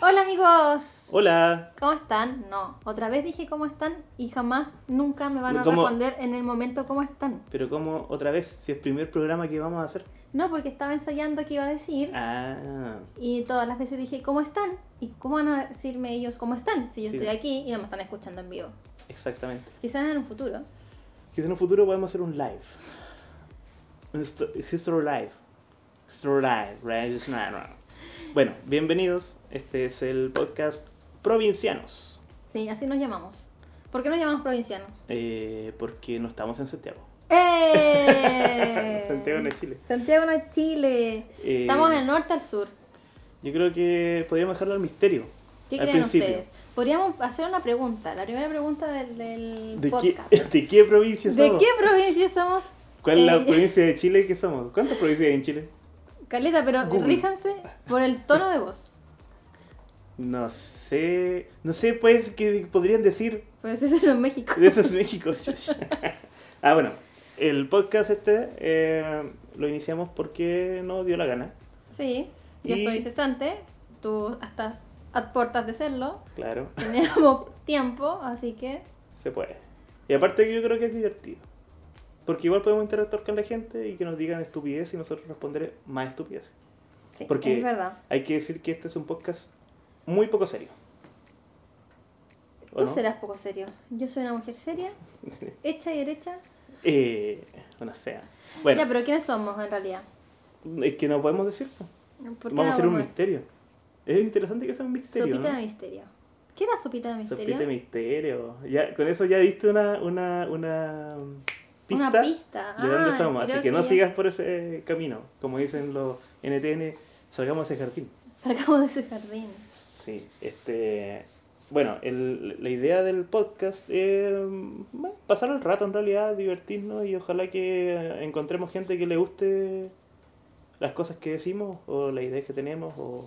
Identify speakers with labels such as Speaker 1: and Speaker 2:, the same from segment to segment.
Speaker 1: Hola amigos.
Speaker 2: Hola.
Speaker 1: ¿Cómo están? No, otra vez dije cómo están y jamás, nunca me van a
Speaker 2: ¿Cómo?
Speaker 1: responder en el momento cómo están.
Speaker 2: Pero como otra vez, si es primer programa que vamos a hacer.
Speaker 1: No, porque estaba ensayando qué iba a decir
Speaker 2: Ah,
Speaker 1: y todas las veces dije cómo están y cómo van a decirme ellos cómo están si yo
Speaker 2: Sí.
Speaker 1: estoy aquí y no me están escuchando en vivo.
Speaker 2: exactamente.
Speaker 1: Quizás en un futuro.
Speaker 2: Quizá en un futuro podemos hacer un live. Un sto- History Live. History Live. right? It's not wrong. Bueno, bienvenidos. Este es el podcast Provincianos.
Speaker 1: Sí, así nos llamamos. ¿Por qué nos llamamos provincianos?
Speaker 2: Eh, porque no estamos en Santiago.
Speaker 1: ¡Eh!
Speaker 2: Santiago no es Chile.
Speaker 1: Santiago no es Chile.
Speaker 2: Eh,
Speaker 1: Estamos del norte al sur.
Speaker 2: Yo creo que podríamos dejarlo al misterio.
Speaker 1: ¿Qué
Speaker 2: al
Speaker 1: creen
Speaker 2: principio.
Speaker 1: ustedes? Podríamos hacer una pregunta, la primera pregunta del, del
Speaker 2: ¿De qué,
Speaker 1: podcast.
Speaker 2: ¿De qué provincia
Speaker 1: ¿De
Speaker 2: somos?
Speaker 1: qué provincia somos?
Speaker 2: ¿Cuál es
Speaker 1: Eh,
Speaker 2: la provincia de Chile que somos? ¿Cuántas provincias hay en Chile?
Speaker 1: Caleta, pero
Speaker 2: Google.
Speaker 1: ríjanse por el tono de voz.
Speaker 2: No sé. No sé, pues, qué podrían decir.
Speaker 1: Pero eso es en México.
Speaker 2: De eso es México. ah, bueno. El podcast este eh, lo iniciamos porque nos dio la gana.
Speaker 1: Sí, yo
Speaker 2: Y-
Speaker 1: estoy cesante, tú hasta a puertas de serlo,
Speaker 2: Claro,
Speaker 1: teníamos tiempo, así que
Speaker 2: se puede. Y aparte que yo creo que es divertido. Porque igual podemos interactuar con la gente y que nos digan estupidez y nosotros responder más estupidez.
Speaker 1: sí,
Speaker 2: Porque-
Speaker 1: es verdad.
Speaker 2: Hay que decir que este es un podcast muy poco serio. ¿O
Speaker 1: Tú
Speaker 2: no?
Speaker 1: serás poco serio. Yo soy una mujer seria, hecha y derecha.
Speaker 2: Eh, bueno, sea. Bueno,
Speaker 1: Ya, pero ¿quiénes somos en realidad?
Speaker 2: es que no podemos decir. po.
Speaker 1: ¿Por qué
Speaker 2: Vamos a hacer un
Speaker 1: hablamos?
Speaker 2: misterio. Es interesante que sea un misterio.
Speaker 1: Sopita
Speaker 2: ¿no?
Speaker 1: de misterio. ¿Qué era sopita de misterio?
Speaker 2: Sopita de misterio. Ya, con eso ya diste una, una, una pista
Speaker 1: Una pista.
Speaker 2: de dónde
Speaker 1: Ah,
Speaker 2: somos. Así
Speaker 1: creo
Speaker 2: que no
Speaker 1: ya
Speaker 2: sigas por ese camino. Como dicen los NTN, salgamos a ese jardín.
Speaker 1: Salgamos de ese jardín.
Speaker 2: Sí, este. Bueno, el- la idea del podcast es bueno, pasar el rato en realidad, divertirnos y ojalá que encontremos gente que le guste las cosas que decimos o las ideas que tenemos o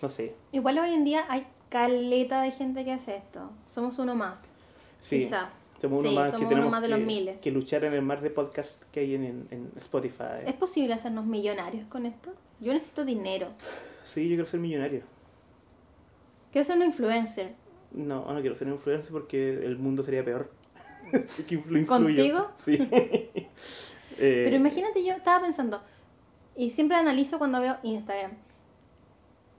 Speaker 2: no sé.
Speaker 1: Igual hoy en día hay caleta de gente que hace esto. Somos uno más.
Speaker 2: Sí,
Speaker 1: Quizás.
Speaker 2: somos uno
Speaker 1: Sí,
Speaker 2: más
Speaker 1: somos
Speaker 2: que
Speaker 1: uno
Speaker 2: tenemos
Speaker 1: más de
Speaker 2: que,
Speaker 1: los miles.
Speaker 2: que luchar en el mar de podcast que hay en, en- en Spotify.
Speaker 1: ¿Es posible hacernos millonarios con esto? Yo necesito dinero.
Speaker 2: Sí, yo quiero ser millonario.
Speaker 1: Quiero ser una influencer.
Speaker 2: Eh, No, no quiero ser influencer porque el mundo sería peor. Así que influ- influyo.
Speaker 1: ¿Contigo?
Speaker 2: Sí. Eh,
Speaker 1: Pero imagínate, yo estaba pensando, y siempre analizo cuando veo Instagram.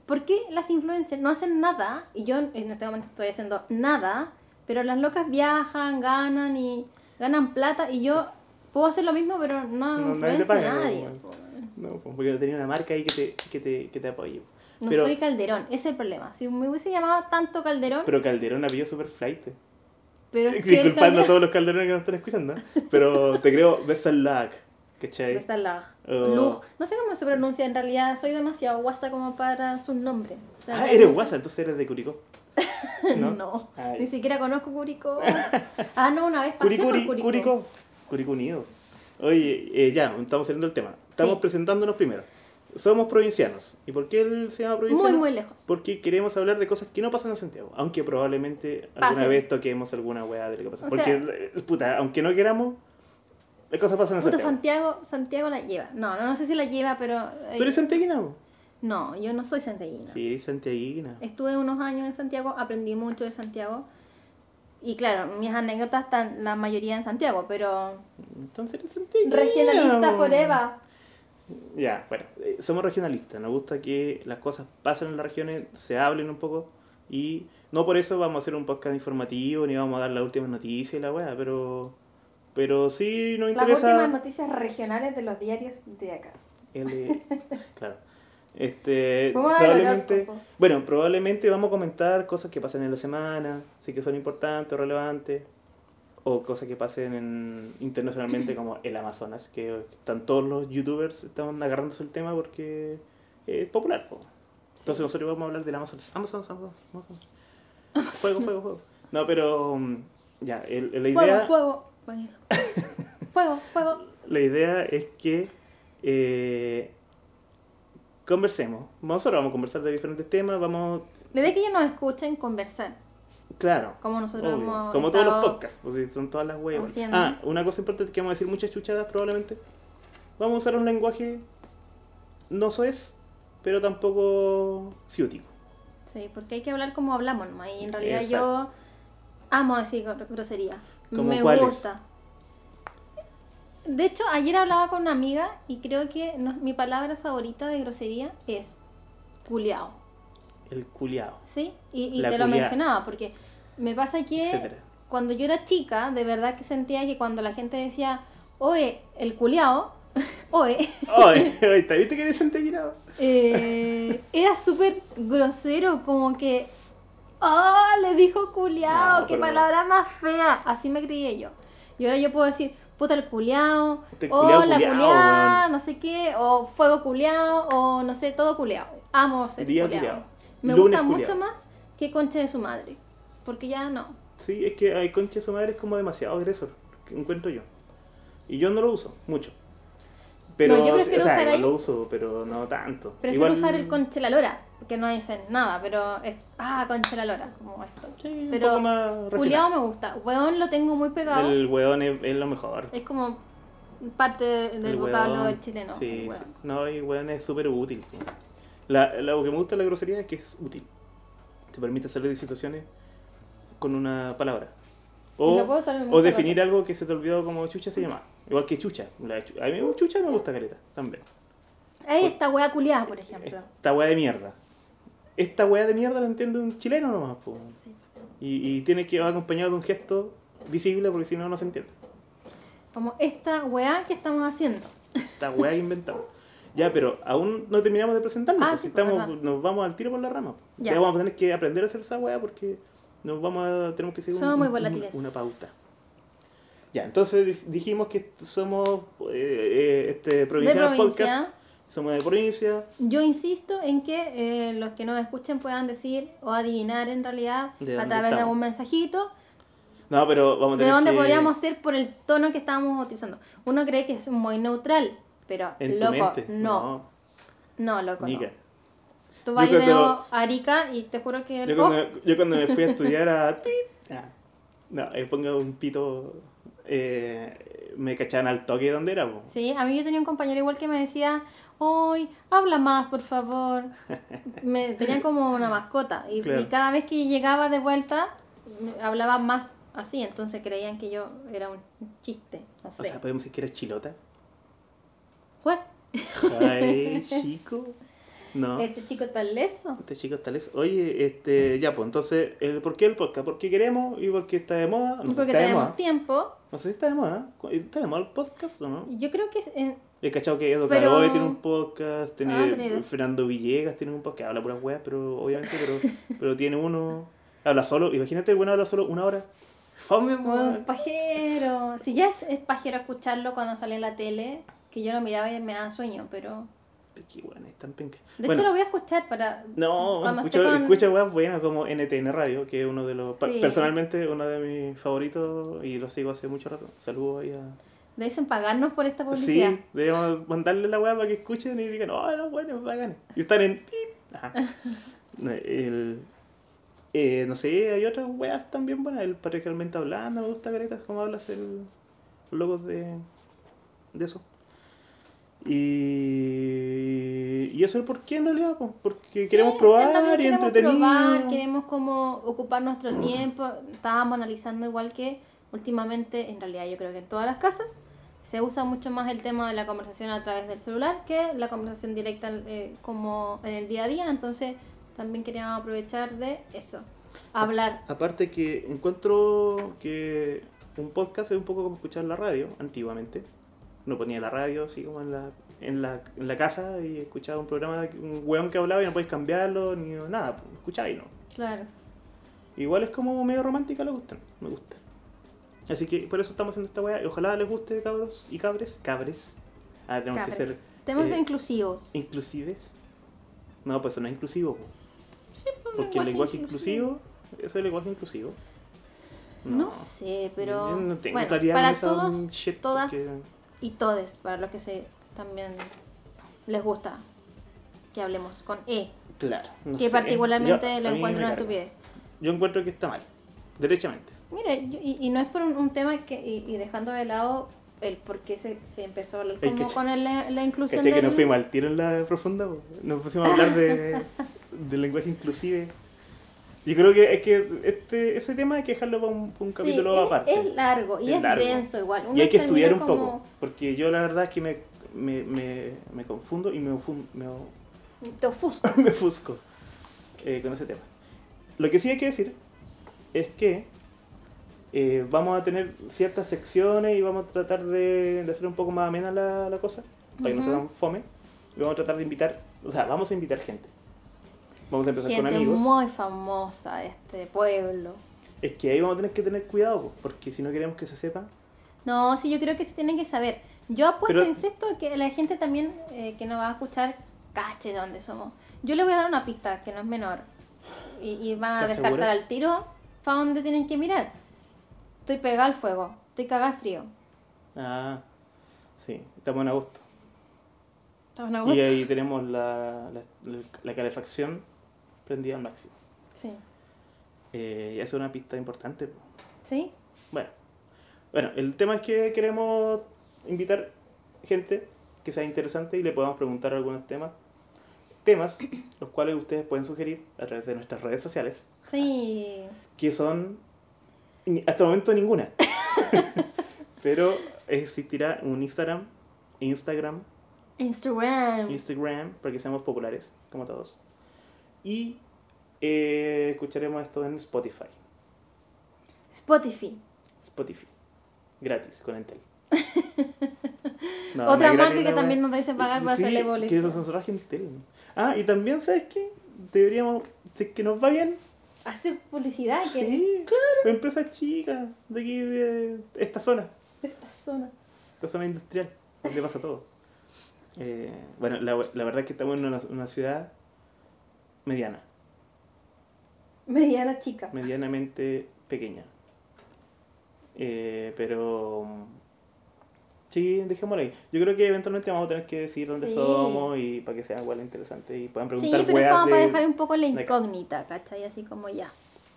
Speaker 1: ¿Por qué las influencers no hacen nada? Y yo en este momento estoy haciendo nada, pero las locas viajan, ganan y ganan plata, y yo puedo hacer lo mismo, pero no,
Speaker 2: No, nadie te
Speaker 1: influencio
Speaker 2: paga,
Speaker 1: a
Speaker 2: no,
Speaker 1: nadie.
Speaker 2: bueno.
Speaker 1: po.
Speaker 2: No, pues, porque tenía una marca ahí que te, que te, que te apoye.
Speaker 1: No
Speaker 2: Pero-
Speaker 1: soy Calderón, ese es el problema. Si me hubiese llamado tanto Calderón,
Speaker 2: Pero Calderón había super flight.
Speaker 1: pero es que el
Speaker 2: Disculpando a
Speaker 1: Calderón...
Speaker 2: todos los calderones que nos están escuchando. Pero te creo, Besalag. ¿Cachai?
Speaker 1: Está la
Speaker 2: ¿eh? Oh.
Speaker 1: Luz. No sé cómo se pronuncia en realidad, soy demasiado guasa como para su nombre. O sea,
Speaker 2: Ah, eres
Speaker 1: realmente-
Speaker 2: guasa, entonces eres de Curicó.
Speaker 1: No,
Speaker 2: Ay.
Speaker 1: ni siquiera conozco Curicó. Ah, no, una vez pasé
Speaker 2: Curicuri,
Speaker 1: por Curicó.
Speaker 2: Curicó. Curicó Unido. Oye, eh, ya, estamos saliendo del tema. Estamos
Speaker 1: Sí.
Speaker 2: presentándonos primero. Somos provincianos. ¿Y por qué él se llama provinciano?
Speaker 1: Muy, muy lejos.
Speaker 2: Porque queremos hablar de cosas que no pasan en Santiago. Aunque probablemente alguna
Speaker 1: Pasen.
Speaker 2: vez toquemos alguna weá de lo que pasa.
Speaker 1: O
Speaker 2: Porque,
Speaker 1: sea-
Speaker 2: eh, puta, aunque no queramos, las cosas pasan en
Speaker 1: Puta,
Speaker 2: Santiago.
Speaker 1: Santiago, Santiago la lleva. No, no, no sé si la lleva, pero... eh,
Speaker 2: ¿Tú eres santiaguina? po?
Speaker 1: No, yo no soy santiaguina.
Speaker 2: Sí, eres santiaguina.
Speaker 1: Estuve unos años en Santiago, aprendí mucho de Santiago. Y claro, mis anécdotas están la mayoría en Santiago, pero...
Speaker 2: Entonces eres santiaguina.
Speaker 1: Regionalista
Speaker 2: po.
Speaker 1: forever.
Speaker 2: Ya, bueno, eh, somos regionalistas, nos gusta que las cosas pasen en las regiones, se hablen un poco y no por eso vamos a hacer un podcast informativo ni vamos a dar las últimas noticias y la weá, pero, pero sí nos
Speaker 3: Las
Speaker 2: interesa...
Speaker 3: últimas noticias regionales de los diarios de acá.
Speaker 2: el, eh, claro. Este,
Speaker 3: Vamos a dar el
Speaker 2: probablemente,
Speaker 3: horóscopo.
Speaker 2: bueno, probablemente vamos a comentar cosas que pasan en la semana, sí que son importantes o relevantes, o cosas que pasen en- internacionalmente como el Amazonas, que están todos los youtubers están agarrándose el tema porque es popular. po. Entonces nosotros vamos a hablar del Amazonas. Amazonas, Amazonas, Amazonas. Fuego, fuego, fuego. No, pero mm, ya, el- la idea...
Speaker 1: Fuego, fuego. Bueno. fuego, fuego.
Speaker 2: La idea es que eh, conversemos. Nosotros vamos a conversar de diferentes temas, vamos,
Speaker 1: La idea es que ellos nos escuchen conversar,
Speaker 2: claro,
Speaker 1: como nosotros
Speaker 2: obvio,
Speaker 1: hemos
Speaker 2: como todos los
Speaker 1: estado-
Speaker 2: podcasts, porque son todas las huevas.
Speaker 1: haciendo.
Speaker 2: Ah, una cosa importante que vamos a decir muchas chuchadas probablemente. Vamos a usar un lenguaje no soez, pero tampoco ciútico.
Speaker 1: Sí, porque hay que hablar como hablamos, ¿no? Y en realidad
Speaker 2: Exacto.
Speaker 1: yo amo decir gro- grosería.
Speaker 2: ¿Cómo
Speaker 1: Me
Speaker 2: cuáles?
Speaker 1: gusta. De hecho, ayer hablaba con una amiga y creo que no- mi palabra favorita de grosería es culiao.
Speaker 2: El culiao.
Speaker 1: ¿Sí? Y, y
Speaker 2: La
Speaker 1: te lo
Speaker 2: culiá.
Speaker 1: mencionaba porque me pasa que
Speaker 2: Etcétera.
Speaker 1: cuando yo era chica, de verdad que sentía que cuando la gente decía, oe, el culiao, oe,
Speaker 2: Oye, oye, ¿te viste que eres anteguirado?
Speaker 1: eh, era súper grosero, como que, ¡oh! Le dijo culiao,
Speaker 2: No,
Speaker 1: qué
Speaker 2: pero-
Speaker 1: palabra más fea. Así me crié yo. Y ahora yo puedo decir, puta el culiao,
Speaker 2: Este
Speaker 1: o
Speaker 2: culiao,
Speaker 1: la
Speaker 2: culiao,
Speaker 1: culiá,
Speaker 2: weón.
Speaker 1: no sé qué, o fuego culiao, o no sé, todo culiao. Amo ser
Speaker 2: Día
Speaker 1: culiao.
Speaker 2: culiao.
Speaker 1: Me
Speaker 2: Lunes
Speaker 1: gusta mucho
Speaker 2: culiao.
Speaker 1: más que concha de su madre, porque ya no.
Speaker 2: Sí, es que hay concha de su madre es como demasiado agresor, que encuentro yo. Y yo no lo uso mucho. Pero,
Speaker 1: No, yo
Speaker 2: o
Speaker 1: prefiero
Speaker 2: sea,
Speaker 1: usar
Speaker 2: igual
Speaker 1: ahí-
Speaker 2: lo uso, pero no tanto.
Speaker 1: Prefiero
Speaker 2: Igual-
Speaker 1: usar el conche la lora, porque no dicen nada, pero es, ah, conche la lora, como esto.
Speaker 2: Sí,
Speaker 1: pero
Speaker 2: un poco más
Speaker 1: Culiao
Speaker 2: refinado.
Speaker 1: me gusta, weón lo tengo muy pegado.
Speaker 2: El hueón es, es lo mejor.
Speaker 1: Es como parte de- del
Speaker 2: El
Speaker 1: vocablo
Speaker 2: hueón.
Speaker 1: del chileno.
Speaker 2: Sí,
Speaker 1: el
Speaker 2: sí.
Speaker 1: hueón.
Speaker 2: No, y hueón es súper útil. po. La, lo que me gusta de la grosería es que es útil. Te permite salir de situaciones con una palabra.
Speaker 1: Y
Speaker 2: O,
Speaker 1: lo puedo usar en
Speaker 2: o
Speaker 1: muchas
Speaker 2: definir algo que se te olvidó como chucha se llama. Igual que chucha. La chu- a mí chucha me gusta careta también.
Speaker 1: Ahí está wea culiada, por ejemplo.
Speaker 2: Esta weá de mierda. Esta weá de mierda la entiende un chileno nomás. po.
Speaker 1: Sí.
Speaker 2: Y, y tiene que ir acompañado de un gesto visible porque si no, no se entiende.
Speaker 1: Como esta wea que estamos haciendo.
Speaker 2: Esta weá que inventamos. Ya, pero aún no terminamos de presentarnos.
Speaker 1: Ah,
Speaker 2: pues,
Speaker 1: sí,
Speaker 2: si estamos,
Speaker 1: pues, verdad.
Speaker 2: nos vamos al tiro por la rama. pues.
Speaker 1: Ya.
Speaker 2: Ya. vamos a tener que aprender a hacer esa weá porque nos vamos a, tenemos que seguir un-
Speaker 1: Somos muy
Speaker 2: un- un-
Speaker 1: volátiles.
Speaker 2: una pauta. Ya, entonces dij- dijimos que somos eh, eh, este, provincial
Speaker 1: provincia.
Speaker 2: podcast. Somos de provincia.
Speaker 1: Yo insisto en que eh, los que nos escuchen puedan decir o adivinar en realidad
Speaker 2: De
Speaker 1: a través
Speaker 2: dónde
Speaker 1: de
Speaker 2: estamos.
Speaker 1: algún mensajito
Speaker 2: No, pero vamos a
Speaker 1: de
Speaker 2: tener
Speaker 1: dónde
Speaker 2: que-
Speaker 1: podríamos ser por el tono que estábamos utilizando. Uno cree que es muy neutral, pero
Speaker 2: En tu
Speaker 1: loco,
Speaker 2: mente.
Speaker 1: no, no, loco. no.
Speaker 2: Nica.
Speaker 1: Tú
Speaker 2: Yo
Speaker 1: vas de
Speaker 2: cuando-
Speaker 1: nuevo a Arica y te juro que
Speaker 2: Yo
Speaker 1: oh,
Speaker 2: cuando, yo cuando me fui a estudiar a Pit, ah, no, eh, ponga un pito, eh, me cachaban al toque de dónde era. po.
Speaker 1: Sí, a mí yo tenía un compañero igual que me decía, hoy habla más, por favor. Me tenían como una mascota y, y
Speaker 2: Claro.
Speaker 1: cada vez que llegaba de vuelta me- hablaba más así, entonces creían que yo era un chiste, no
Speaker 2: O
Speaker 1: sé.
Speaker 2: sea, podemos decir que era chilota.
Speaker 1: Jue,
Speaker 2: Ay, chico. No,
Speaker 1: Este chico está leso.
Speaker 2: este chico está leso. Oye, este, ya, pues entonces, el, ¿por qué el podcast? Porque queremos y porque está de moda. No sé si
Speaker 1: porque
Speaker 2: está de
Speaker 1: tenemos
Speaker 2: moda.
Speaker 1: tiempo.
Speaker 2: No sé si está de moda. ¿eh? ¿Está de moda el podcast o no?
Speaker 1: Yo creo que es- eh,
Speaker 2: He cachado que Edo
Speaker 1: Pero-
Speaker 2: Caroe tiene un podcast, tiene
Speaker 1: Ah, querido.
Speaker 2: Fernando Villegas tiene un podcast, habla puras weas, pero obviamente, pero, pero tiene uno, habla solo, imagínate, bueno, habla solo una hora. Fome,
Speaker 1: un
Speaker 2: weón.
Speaker 1: pajero. Si ya es, es pajero escucharlo cuando sale en la tele, que yo lo miraba y me daba sueño, pero...
Speaker 2: Qué weón, es tan penca.
Speaker 1: De
Speaker 2: Bueno,
Speaker 1: hecho lo voy a escuchar para...
Speaker 2: no,
Speaker 1: cuando
Speaker 2: escucho,
Speaker 1: esté con-
Speaker 2: escucha weas buenas como NTN Radio, que es uno de los, pa-
Speaker 1: Sí.
Speaker 2: personalmente, uno de mis favoritos y lo sigo hace mucho rato. Saludos ahí a...
Speaker 1: Dicen pagarnos por esta
Speaker 2: Sí,
Speaker 1: publicidad.
Speaker 2: deberíamos mandarle la wea para que escuchen y digan, oh, no, bueno, es bacán. Y están en... pip. Ajá. No, el- eh, no sé, hay otras weas también buenas. El patriarcalmente hablando, me gusta caretas, como hablas el logos de, de eso. Y, y eso es el por qué en realidad, po, porque
Speaker 1: Sí,
Speaker 2: queremos
Speaker 1: en realidad
Speaker 2: probar y
Speaker 1: queremos
Speaker 2: entretener.
Speaker 1: probar, queremos como ocupar nuestro tiempo. Estábamos analizando igual que últimamente, en realidad yo creo que en todas las casas, se usa mucho más el tema de la conversación a través del celular que la conversación directa eh, como en el día a día. Entonces también queríamos aprovechar de eso, hablar.
Speaker 2: Aparte que encuentro que un podcast es un poco como escuchar la radio antiguamente. No ponía la radio así como en la, en la, en la casa y escuchaba un programa, de un weón que hablaba y no podéis cambiarlo ni nada, po, escucháis no.
Speaker 1: Claro.
Speaker 2: Igual es como medio romántica la gustan, me gusta. Así que por eso estamos haciendo esta weá. y Ojalá les guste, cabros y cabres. Cabres. Ah, tenemos que
Speaker 1: Cabres.
Speaker 2: ser
Speaker 1: Temas
Speaker 2: eh,
Speaker 1: inclusivos.
Speaker 2: inclusives. No, pues eso no es inclusivo. po.
Speaker 1: Sí, pues,
Speaker 2: Porque el lenguaje inclusivo, eso es el lenguaje inclusivo.
Speaker 1: No, sé, pero
Speaker 2: Yo no tengo
Speaker 1: bueno,
Speaker 2: claridad en
Speaker 1: para
Speaker 2: esa
Speaker 1: todos,
Speaker 2: shit
Speaker 1: todas
Speaker 2: porque-
Speaker 1: y todes, para los que se también les gusta que hablemos con E,
Speaker 2: Claro, no
Speaker 1: que
Speaker 2: sé.
Speaker 1: particularmente
Speaker 2: Yo-
Speaker 1: lo
Speaker 2: a mí
Speaker 1: encuentro
Speaker 2: me
Speaker 1: una
Speaker 2: carga.
Speaker 1: estupidez.
Speaker 2: Yo encuentro que está mal, derechamente.
Speaker 1: Mire, yo- y, y no es por un, un tema que, y, y dejando de lado el por qué se, se empezó a hablar
Speaker 2: Ay,
Speaker 1: como
Speaker 2: cacha-
Speaker 1: con Pues el- la inclusión
Speaker 2: ¿Cachai que
Speaker 1: del-
Speaker 2: nos fuimos al tiro en la profunda? po? Nos pusimos a hablar de, del lenguaje inclusive. Yo creo que es que este, ese tema hay que dejarlo para un, para un
Speaker 4: Sí,
Speaker 2: capítulo
Speaker 4: es-
Speaker 2: aparte.
Speaker 4: Es, largo y
Speaker 2: Es
Speaker 4: es,
Speaker 2: largo.
Speaker 4: denso igual.
Speaker 2: y
Speaker 4: Uno
Speaker 2: hay que
Speaker 4: terminó
Speaker 2: estudiar un
Speaker 4: como-
Speaker 2: poco, porque yo la verdad es que me, me, me, me confundo y me, ofun- me, o-
Speaker 4: Te ofuscas.
Speaker 2: me ofusco eh, con ese tema. Lo que sí hay que decir es que eh, vamos a tener ciertas secciones y vamos a tratar de, de hacer un poco más amena la, la cosa, para que no se
Speaker 4: Ujú.
Speaker 2: tan fome. Y vamos a tratar de invitar, o sea, vamos a invitar gente. Vamos a empezar con
Speaker 4: Gente
Speaker 2: amigos.
Speaker 4: muy famosa de este pueblo.
Speaker 2: Es que ahí vamos a tener que tener cuidado, po, porque si no queremos que se sepa,
Speaker 4: No, sí, yo creo que se tienen que saber. Yo apuesto,
Speaker 2: Pero-
Speaker 4: insisto, que la gente también eh, que nos va a escuchar cache dónde somos. Yo le voy a dar una pista que no es menor. Y, y van a
Speaker 2: ¿Estás
Speaker 4: descartar
Speaker 2: segura?
Speaker 4: al tiro para dónde tienen que mirar. Estoy pegada al fuego, estoy cagada de frío.
Speaker 2: ah, sí, estamos en agosto.
Speaker 4: Estamos en
Speaker 2: Y eh,
Speaker 4: agosto.
Speaker 2: ahí tenemos la, la- la calefacción prendida al máximo.
Speaker 4: Sí.
Speaker 2: Eh, y esa es una pista importante. po.
Speaker 4: ¿Sí?
Speaker 2: Bueno. Bueno, el tema es que queremos invitar gente que sea interesante y le podamos preguntar algunos temas. Temas los cuales ustedes pueden sugerir a través de nuestras redes sociales,
Speaker 4: Sí.
Speaker 2: que son ni- hasta el momento ninguna. Pero existirá un Instagram, Instagram,
Speaker 4: Instagram.
Speaker 2: Instagram, para que seamos populares, como todos. Y eh, escucharemos esto en Spotify.
Speaker 4: Spotify.
Speaker 2: Spotify. Gratis, con Entel. No, no
Speaker 4: Otra
Speaker 2: es gratis,
Speaker 4: marca que
Speaker 2: no,
Speaker 4: también
Speaker 2: weón.
Speaker 4: nos dice pagar para
Speaker 2: Sí,
Speaker 4: hacerle
Speaker 2: Que eso
Speaker 4: boleto.
Speaker 2: censuró a Entel. Ah, y también, ¿sabes qué? Deberíamos, si es que nos va bien,
Speaker 4: Hacer publicidad, Ah, que
Speaker 2: sí, empresas chicas de aquí, de esta zona,
Speaker 4: esta zona.
Speaker 2: esta zona industrial, donde pasa todo. Eh, bueno, la, la verdad es que estamos en una, una ciudad mediana,
Speaker 1: Mediana chica.
Speaker 2: medianamente pequeña. Eh, pero. Sí, dejémoslo ahí. Yo creo que eventualmente vamos a tener que decir dónde
Speaker 4: Sí.
Speaker 2: somos y para que sea igual interesante y puedan
Speaker 4: Sí,
Speaker 2: preguntar
Speaker 4: pero es
Speaker 2: weas
Speaker 4: como para
Speaker 2: de-
Speaker 4: dejar un poco la
Speaker 2: de acá.
Speaker 4: incógnita, ¿cachai? Así como ya.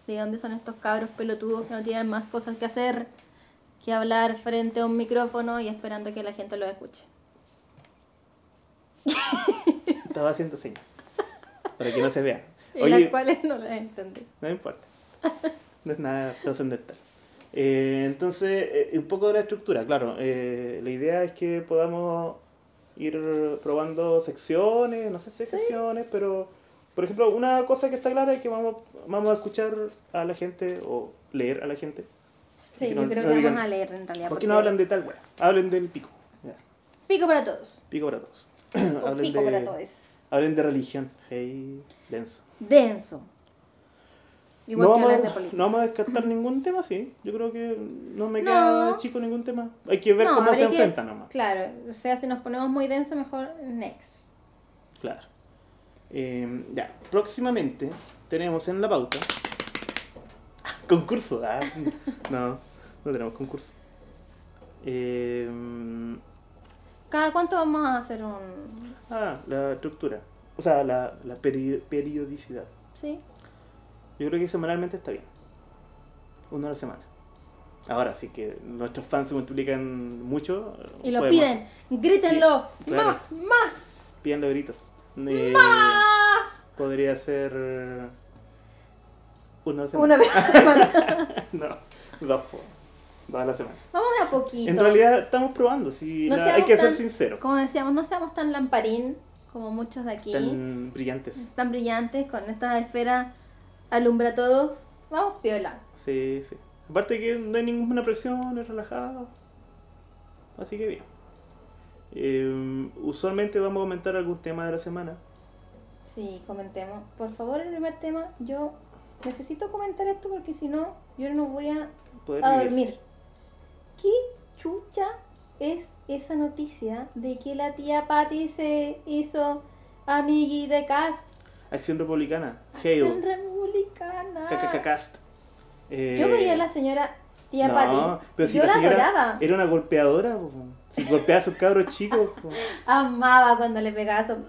Speaker 4: ¿De dónde son estos cabros pelotudos que no tienen más cosas que hacer que hablar frente a un micrófono y esperando que la gente los escuche?
Speaker 2: Estaba haciendo señas para que no se vean.
Speaker 4: Y las
Speaker 2: Oye,
Speaker 4: cuales no las entendí.
Speaker 2: no importa. No es nada trascendental. Eh, entonces, eh, un poco de la estructura, claro. eh, la idea es que podamos ir probando secciones, no sé si secciones, pero por ejemplo, una cosa que está clara es que vamos, vamos a escuchar a la gente o leer a la gente.
Speaker 4: Sí,
Speaker 2: que
Speaker 4: yo
Speaker 2: no-
Speaker 4: creo
Speaker 2: no
Speaker 4: que
Speaker 2: digan-
Speaker 4: vamos a leer en realidad.
Speaker 2: ¿Por qué no hablan de tal wea? Hablen del pico. Ya,
Speaker 4: Pico para todos.
Speaker 2: pico para todos.
Speaker 4: O
Speaker 2: hablen,
Speaker 4: pico para
Speaker 2: de,
Speaker 4: todos.
Speaker 2: hablen de religión. Hey, denso.
Speaker 4: Denso. Igual
Speaker 2: no,
Speaker 4: que
Speaker 2: vamos
Speaker 4: hablar de
Speaker 2: a,
Speaker 4: política.
Speaker 2: no vamos a descartar ningún tema, sí. Yo creo que no me
Speaker 4: No.
Speaker 2: queda chico ningún tema. Hay que ver
Speaker 4: No,
Speaker 2: cómo se
Speaker 4: habría que-
Speaker 2: enfrentan nomás.
Speaker 4: Claro, o sea, si nos ponemos muy denso, mejor next.
Speaker 2: Claro. Eh, ya, próximamente tenemos en la pauta. Ah, Concurso. ah, no, no tenemos concurso. Eh,
Speaker 4: ¿Cada cuánto vamos a hacer un...?
Speaker 2: ah, la estructura. O sea, la, la peri- periodicidad.
Speaker 4: ¿Sí?
Speaker 2: Yo creo que semanalmente está bien. Una a la semana. Ahora sí que nuestros fans se multiplican mucho.
Speaker 4: Y lo
Speaker 2: podemos-
Speaker 4: piden. Grítenlo.
Speaker 2: Y- claro.
Speaker 4: Más, más,
Speaker 2: Pidiendo gritos. Eh,
Speaker 4: más.
Speaker 2: podría ser. eh, Una a la semana.
Speaker 1: Una vez a la semana.
Speaker 2: no, dos, po. dos a la semana.
Speaker 4: Vamos de a poquito.
Speaker 2: En realidad estamos probando. Si
Speaker 4: No
Speaker 2: la-
Speaker 4: seamos
Speaker 2: hay que ser
Speaker 4: tan-
Speaker 2: sinceros.
Speaker 4: Como decíamos, no seamos tan lamparín como muchos de aquí. Tan,
Speaker 2: Tan brillantes.
Speaker 4: brillantes, con esta esfera alumbra a todos. Vamos piola.
Speaker 2: Sí, sí. Aparte que no hay ninguna presión, es relajado. Así que bien. Eh, usualmente vamos a comentar algún tema de la semana.
Speaker 1: Sí, comentemos. Por favor, el primer tema. Yo necesito comentar esto porque si no, yo no voy a,
Speaker 2: Poder
Speaker 1: a
Speaker 2: vivir.
Speaker 1: dormir. ¿Qué chucha es esa noticia de que la tía Patty se hizo amigui de Cast?
Speaker 2: Acción Republicana.
Speaker 1: Acción
Speaker 2: Hail.
Speaker 1: Republicana.
Speaker 2: KKKcast. Eh,
Speaker 1: Yo veía a la señora tía
Speaker 2: no,
Speaker 1: Patty.
Speaker 2: pero si
Speaker 1: yo
Speaker 2: la
Speaker 1: la
Speaker 2: señora
Speaker 1: adoraba.
Speaker 2: Era una golpeadora. po. Si golpeaba a sus cabros chicos. po.
Speaker 1: Amaba cuando le pegaba a sus
Speaker 2: Le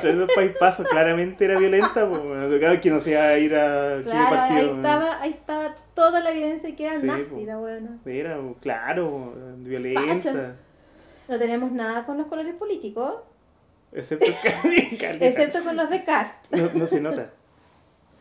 Speaker 1: paises.
Speaker 2: tremendo paso. Claramente era violenta. po. Claro que no se iba a ir a qué
Speaker 1: Claro, ahí
Speaker 2: partido. po.
Speaker 1: estaba, ahí estaba toda la evidencia de que era
Speaker 2: Sí,
Speaker 1: nazi,
Speaker 2: po.
Speaker 1: la buena.
Speaker 2: Era, po, claro, po, violenta.
Speaker 1: Facha. No tenemos nada con los colores políticos.
Speaker 2: Excepto Cali. Cali.
Speaker 1: Excepto con los de cast.
Speaker 2: No, no se nota.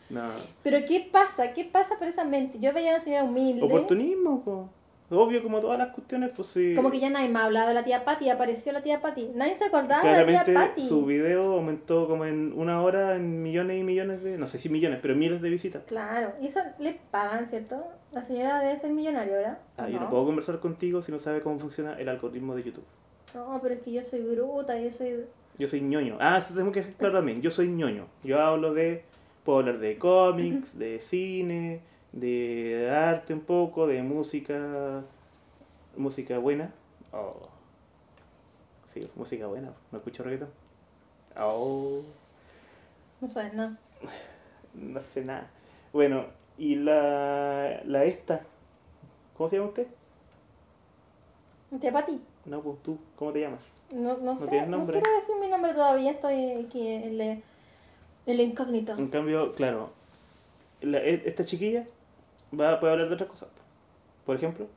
Speaker 2: No.
Speaker 1: Pero ¿qué pasa? ¿Qué pasa por esa mente? Yo veía a una señora humilde.
Speaker 2: Oportunismo, po. Obvio, como todas las cuestiones, pues sí.
Speaker 1: Como que ya nadie me ha hablado de la tía Patty, apareció la tía Patty. Nadie se acordaba de la
Speaker 2: Claramente
Speaker 1: tía Patty.
Speaker 2: su video aumentó como en una hora en millones y millones de, no sé si millones, pero miles de visitas.
Speaker 1: Claro, y eso le pagan, ¿cierto? La señora debe ser millonaria, ¿verdad?
Speaker 2: Ah, yo no puedo conversar contigo si no sabes cómo funciona el algoritmo de YouTube.
Speaker 1: No, pero es que yo soy bruta, yo soy...
Speaker 2: Yo soy ñoño. Ah, eso tengo que dejar claro también. Yo soy ñoño. Yo hablo de. Puedo hablar de cómics, de cine, de arte un poco, de música. Música buena. Oh. Sí, música buena. No escucho reggaetón. Oh.
Speaker 1: Uh. No sabes nada.
Speaker 2: No sé nada. Bueno, y la. La esta. ¿Cómo se llama usted?
Speaker 1: Tía Patty,
Speaker 2: No, pues tú. ¿Cómo te llamas?
Speaker 1: Este, no, no, sé,
Speaker 2: tienes
Speaker 1: no
Speaker 2: nombre.
Speaker 1: quiero decir mi nombre todavía, estoy aquí en la- en la incógnita.
Speaker 2: En cambio, claro, la- e- esta chiquilla va, puede hablar de otras cosas. Por ejemplo,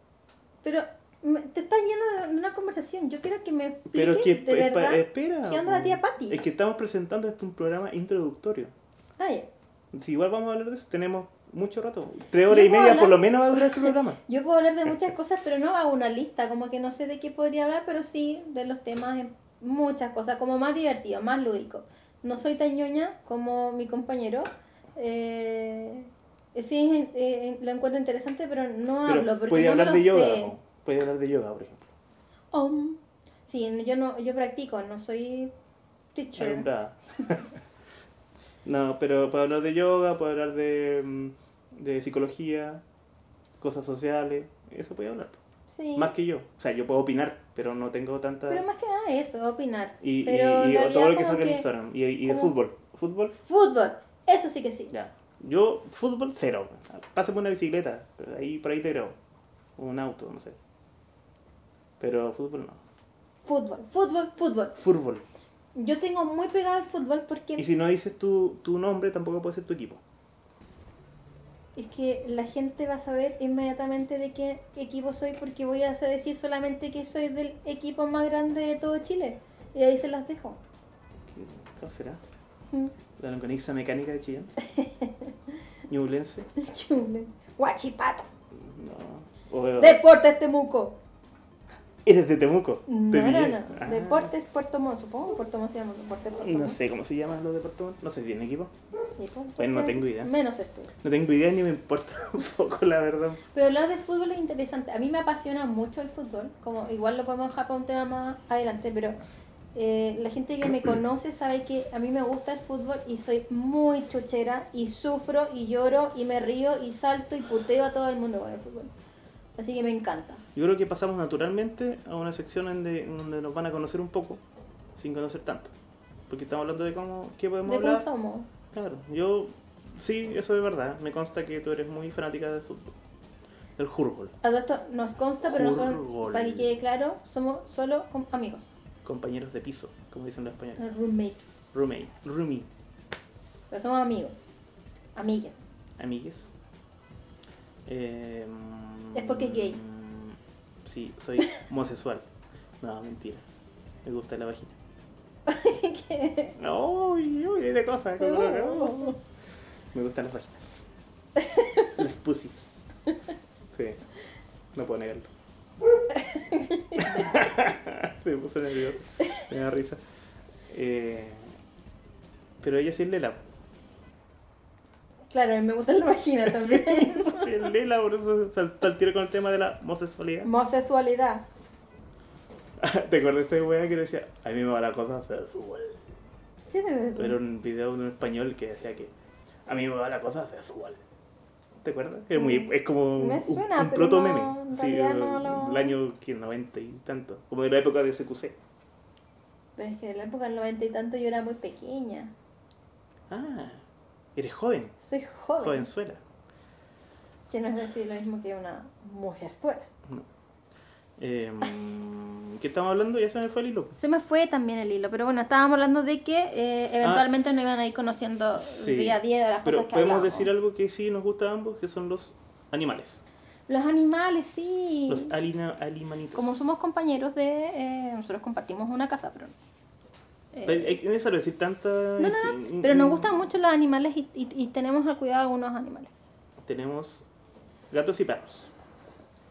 Speaker 1: Pero me- te estás yendo de una conversación, yo quiero que me
Speaker 2: pero es
Speaker 1: expliques
Speaker 2: que
Speaker 1: de
Speaker 2: es pa-
Speaker 1: verdad
Speaker 2: espera.
Speaker 1: qué onda la
Speaker 2: po.
Speaker 1: tía Patty.
Speaker 2: Es que estamos presentando este un programa introductorio.
Speaker 1: Ah, ya.
Speaker 2: Si igual vamos a hablar de eso, tenemos mucho rato. Tres horas y
Speaker 1: hemos
Speaker 2: media por
Speaker 1: hablado-
Speaker 2: lo menos va a durar este programa.
Speaker 1: Yo puedo hablar de muchas cosas, pero no hago una lista, como que no sé de qué podría hablar, pero sí de los temas, en muchas cosas, como más divertido, más lúdico. No soy tan ñoña como mi compañero. Eh, sí, eh, lo encuentro interesante, pero no hablo
Speaker 2: Pero
Speaker 1: porque
Speaker 2: puede
Speaker 1: no
Speaker 2: hablar
Speaker 1: me lo
Speaker 2: de yoga.
Speaker 1: sé.
Speaker 2: po. Puede hablar de yoga, por ejemplo.
Speaker 1: Om. Sí, no- yo no, yo practico, no soy teacher.
Speaker 2: Alumbrada. no, pero puede hablar de yoga, puede hablar de, mm, de psicología, cosas sociales. Eso puede hablar. po.
Speaker 1: Sí.
Speaker 2: Más que yo. O sea, yo puedo opinar, pero no tengo tanta...
Speaker 1: Pero más que nada eso, opinar.
Speaker 2: y, y-
Speaker 1: pero en
Speaker 2: y
Speaker 1: realidad
Speaker 2: todo lo que
Speaker 1: como
Speaker 2: sobre el Instagram. Y, y de
Speaker 1: como-
Speaker 2: fútbol. Fútbol,
Speaker 1: Fútbol, eso sí que sí.
Speaker 2: ya. Yo, fútbol, cero. Pásame una bicicleta. Ahí, por ahí te creo. Un auto, no sé. Pero fútbol no.
Speaker 1: Fútbol, fútbol, fútbol.
Speaker 2: Fútbol.
Speaker 1: Yo tengo muy pegado al fútbol porque...
Speaker 2: Y si no dices tu, tu nombre, tampoco puede ser tu equipo.
Speaker 1: Es que la gente va a saber inmediatamente de qué equipo soy porque voy a hacer- decir solamente que soy del equipo más grande de todo Chile. Y ahí se las dejo.
Speaker 2: ¿Qué- ¿Cuál será?
Speaker 1: Mm.
Speaker 2: La longaniza mecánica de Chillán. Ñublense.
Speaker 1: Chule. Guachipato.
Speaker 2: No. O-
Speaker 1: Deportes Temuco.
Speaker 2: Eres de Temuco.
Speaker 1: No,
Speaker 2: Te
Speaker 1: no,
Speaker 2: pillé.
Speaker 1: no.
Speaker 2: Ah.
Speaker 1: Deportes Puerto Montt. Supongo que Puerto Montt se llama Deportes Puerto Montt.
Speaker 2: No sé cómo se llaman los departamentos. No sé si tienen equipo.
Speaker 1: Sí, pues,
Speaker 2: Bueno, no
Speaker 1: porque-
Speaker 2: tengo idea.
Speaker 1: Menos este.
Speaker 2: No tengo idea ni me importa un poco, la verdad.
Speaker 1: Pero hablar de fútbol es interesante. A mí me apasiona mucho el fútbol. Como igual lo podemos dejar para un tema más adelante, pero eh, la gente que me conoce sabe que a mí me gusta el fútbol y soy muy chuchera y sufro y lloro y me río y salto y puteo a todo el mundo con el fútbol. Así que me encanta.
Speaker 2: Yo creo que pasamos naturalmente a una sección en, de- en donde nos van a conocer un poco, sin conocer tanto. Porque estamos hablando de cómo, qué podemos
Speaker 1: ¿De cómo
Speaker 2: hablar.
Speaker 1: somos?
Speaker 2: Claro, yo sí, eso es verdad. Me consta que tú eres muy fanática del fútbol. Del fútbol,
Speaker 1: A todo esto nos consta, pero nosotros,
Speaker 2: Fútbol.
Speaker 1: para que quede claro, somos solo com- amigos,
Speaker 2: compañeros de piso, como dicen los españoles.
Speaker 1: no roommates,
Speaker 2: Roommate, roomie,
Speaker 1: pero somos amigos, amigas.
Speaker 2: amigues. Eh,
Speaker 1: Es porque es gay.
Speaker 2: Sí, soy homosexual. No, mentira. Me gusta la vagina.
Speaker 1: Que-
Speaker 2: No, uy, uy, de cosas. como no, no.
Speaker 1: Oh.
Speaker 2: Me gustan las páginas. las pussies. Sí, no puedo negarlo. Se me puso nervioso. Me da risa. Eh, pero ella sí es Lela.
Speaker 1: Claro, me gusta la vagina también.
Speaker 2: Sí es Lela, por eso saltó al tiro con el tema de la homosexualidad.
Speaker 1: Homosexualidad.
Speaker 2: ¿Te acuerdas de ese weá que decía? A mí me va la cosa sexual.
Speaker 1: ¿Quién eres tú?
Speaker 2: Era un video de un español que decía que a mí me va la cosa sexual. ¿Te acuerdas? Es, muy, es como un-
Speaker 1: Me
Speaker 2: un,
Speaker 1: suena,
Speaker 2: un
Speaker 1: pero
Speaker 2: proto
Speaker 1: no,
Speaker 2: meme.
Speaker 1: en
Speaker 2: sí,
Speaker 1: realidad no lo-
Speaker 2: el año que 90 y tanto. Como de la época de CQC.
Speaker 1: Pero es que en la época del noventa y tanto yo era muy pequeña.
Speaker 2: Ah, eres joven,
Speaker 1: Soy joven.
Speaker 2: jovenzuela.
Speaker 1: Que no es decir lo mismo que una mujer fuera.
Speaker 2: Eh, ¿Qué estamos hablando? Ya se me fue el hilo.
Speaker 4: Se me fue también el hilo, pero bueno, estábamos hablando de que eh, eventualmente nos iban a ir conociendo
Speaker 2: Ah. Sí.
Speaker 4: día a día de las
Speaker 2: Pero
Speaker 4: cosas que
Speaker 2: podemos
Speaker 4: hablamos.
Speaker 2: decir algo que sí nos gusta a ambos, que son los animales.
Speaker 4: Los animales, sí.
Speaker 2: Los alina, alimanitos.
Speaker 4: Como somos compañeros de... eh, nosotros compartimos una casa, pero... eh,
Speaker 2: Hay- hay- Es necesario decir tanta.
Speaker 4: no, no,
Speaker 2: en fin,
Speaker 4: pero nos gustan mucho los animales y, y- y tenemos al cuidado de algunos animales.
Speaker 2: Tenemos gatos y perros.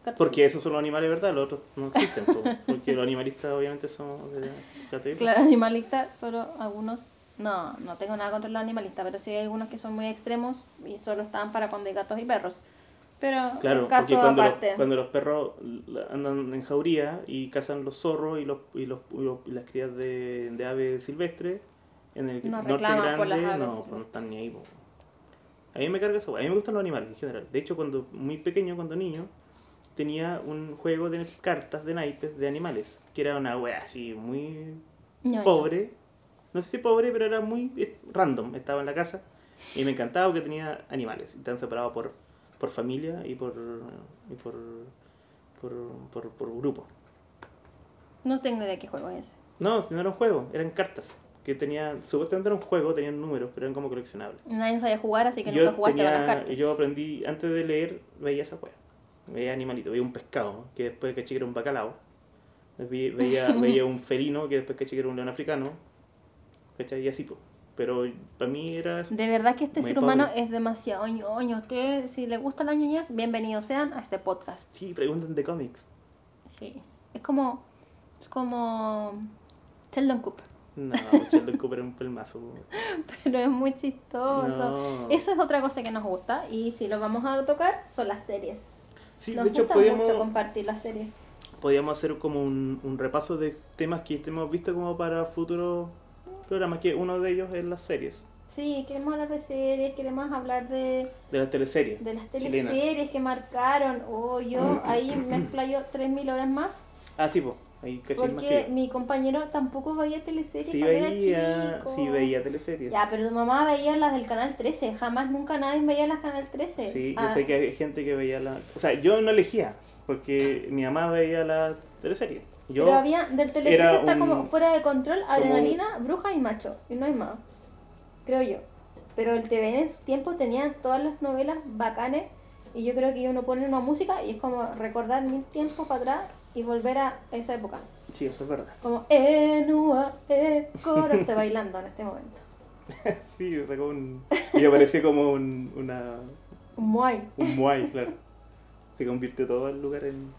Speaker 4: Gatos
Speaker 2: Porque esos son los animales, ¿verdad? Los otros no existen. po. porque los animalistas, obviamente, son de gatos y perros.
Speaker 4: Claro, animalistas, solo algunos. No, no tengo nada contra los animalistas, pero sí hay algunos que son muy extremos y solo están para cuando hay gatos y perros. Pero
Speaker 2: Claro,
Speaker 4: el caso
Speaker 2: porque cuando los,
Speaker 4: aparte.
Speaker 2: cuando los perros la- andan en jauría y cazan los zorros y, los, y, los, y los- y las crías de, de aves silvestres, en el
Speaker 4: No
Speaker 2: norte
Speaker 4: reclaman
Speaker 2: grande
Speaker 4: por las aves
Speaker 2: no, pues,
Speaker 4: silvestres.
Speaker 2: no están ni ahí. po. A mí me carga eso, a mí me gustan los animales en general. De hecho, cuando muy pequeño, cuando niño, tenía un juego de cartas de naipes de animales, que era una wea así muy
Speaker 4: No,
Speaker 2: pobre, no sé si pobre, pero era muy eh, random. Estaba en la casa y me encantaba porque tenía animales. y Estaban separados por, por familia y por y por, por, por- por grupo.
Speaker 4: no tengo idea de qué juego es ese.
Speaker 2: No, si no era un juego, eran cartas. Que tenía, supuestamente era un juego, tenían números, pero eran como coleccionables.
Speaker 4: Nadie sabía jugar, así que
Speaker 2: yo,
Speaker 4: nunca jugaste a las
Speaker 2: tenía-
Speaker 4: cartas.
Speaker 2: yo aprendí, antes de leer, veía esa hueá. Veía animalito, veía un pescado, que después caché que era un bacalao. Vi- Veía, veía un felino, que después caché que era un león africano. ¿Cachai? Y así, po. Pero para mí era...
Speaker 4: De verdad que este
Speaker 2: Muy
Speaker 4: ser
Speaker 2: pobre.
Speaker 4: humano es demasiado ñoño. Ustedes, si les gustan las ñoñas, bienvenidos sean a este podcast.
Speaker 2: Sí, preguntan de cómics.
Speaker 4: Sí. Es como. Es como. Sheldon Cooper.
Speaker 2: No, Sheldon Cooper es un pelmazo. po.
Speaker 4: Pero es muy
Speaker 1: Oh,
Speaker 4: chistoso.
Speaker 2: No.
Speaker 4: Eso es otra cosa
Speaker 1: que nos gusta y si lo vamos a tocar son las series.
Speaker 2: Sí,
Speaker 1: nos
Speaker 2: de hecho
Speaker 1: gusta
Speaker 2: podíamos,
Speaker 1: mucho compartir las series.
Speaker 2: podíamos hacer como un, un repaso de temas que hemos visto como para futuros programas, que uno de ellos es las series,
Speaker 1: Sí, queremos hablar de series, queremos hablar de,
Speaker 2: de las teleseries.
Speaker 1: de las
Speaker 2: Chilenas. Mm.
Speaker 1: teleseries que marcaron. Oh, yo ahí me explayo 3.000 horas más
Speaker 2: Ah, sí, po. Ahí caché más
Speaker 1: porque
Speaker 2: que...
Speaker 1: mi compañero tampoco veía teleseries
Speaker 2: Sí
Speaker 1: cuando era
Speaker 2: veía,
Speaker 1: chico.
Speaker 2: sí veía teleseries.
Speaker 1: Ya, pero tu mamá veía las del Canal 13. Jamás, nunca nadie veía las Canal 13.
Speaker 2: Sí,
Speaker 1: Ah,
Speaker 2: yo sé que hay gente que veía la... O sea, yo no elegía, porque mi mamá veía la teleserie. Yo...
Speaker 1: Pero había, del
Speaker 2: era
Speaker 1: teleserie está
Speaker 2: un-
Speaker 1: como fuera de control, adrenalina, bruja y macho. Y no hay más. Creo yo. Pero el TVN en su tiempo tenía todas las novelas bacanes. Y yo creo que uno pone una música y es como recordar mil tiempos para atrás y volver a esa época.
Speaker 2: Sí, eso es verdad.
Speaker 1: Como, enua, eh, coro. Estoy bailando en este momento.
Speaker 2: Sí, sacó un... Y apareció como un, una,
Speaker 1: Muy.
Speaker 2: un muay, claro. Se convirtió todo el lugar en...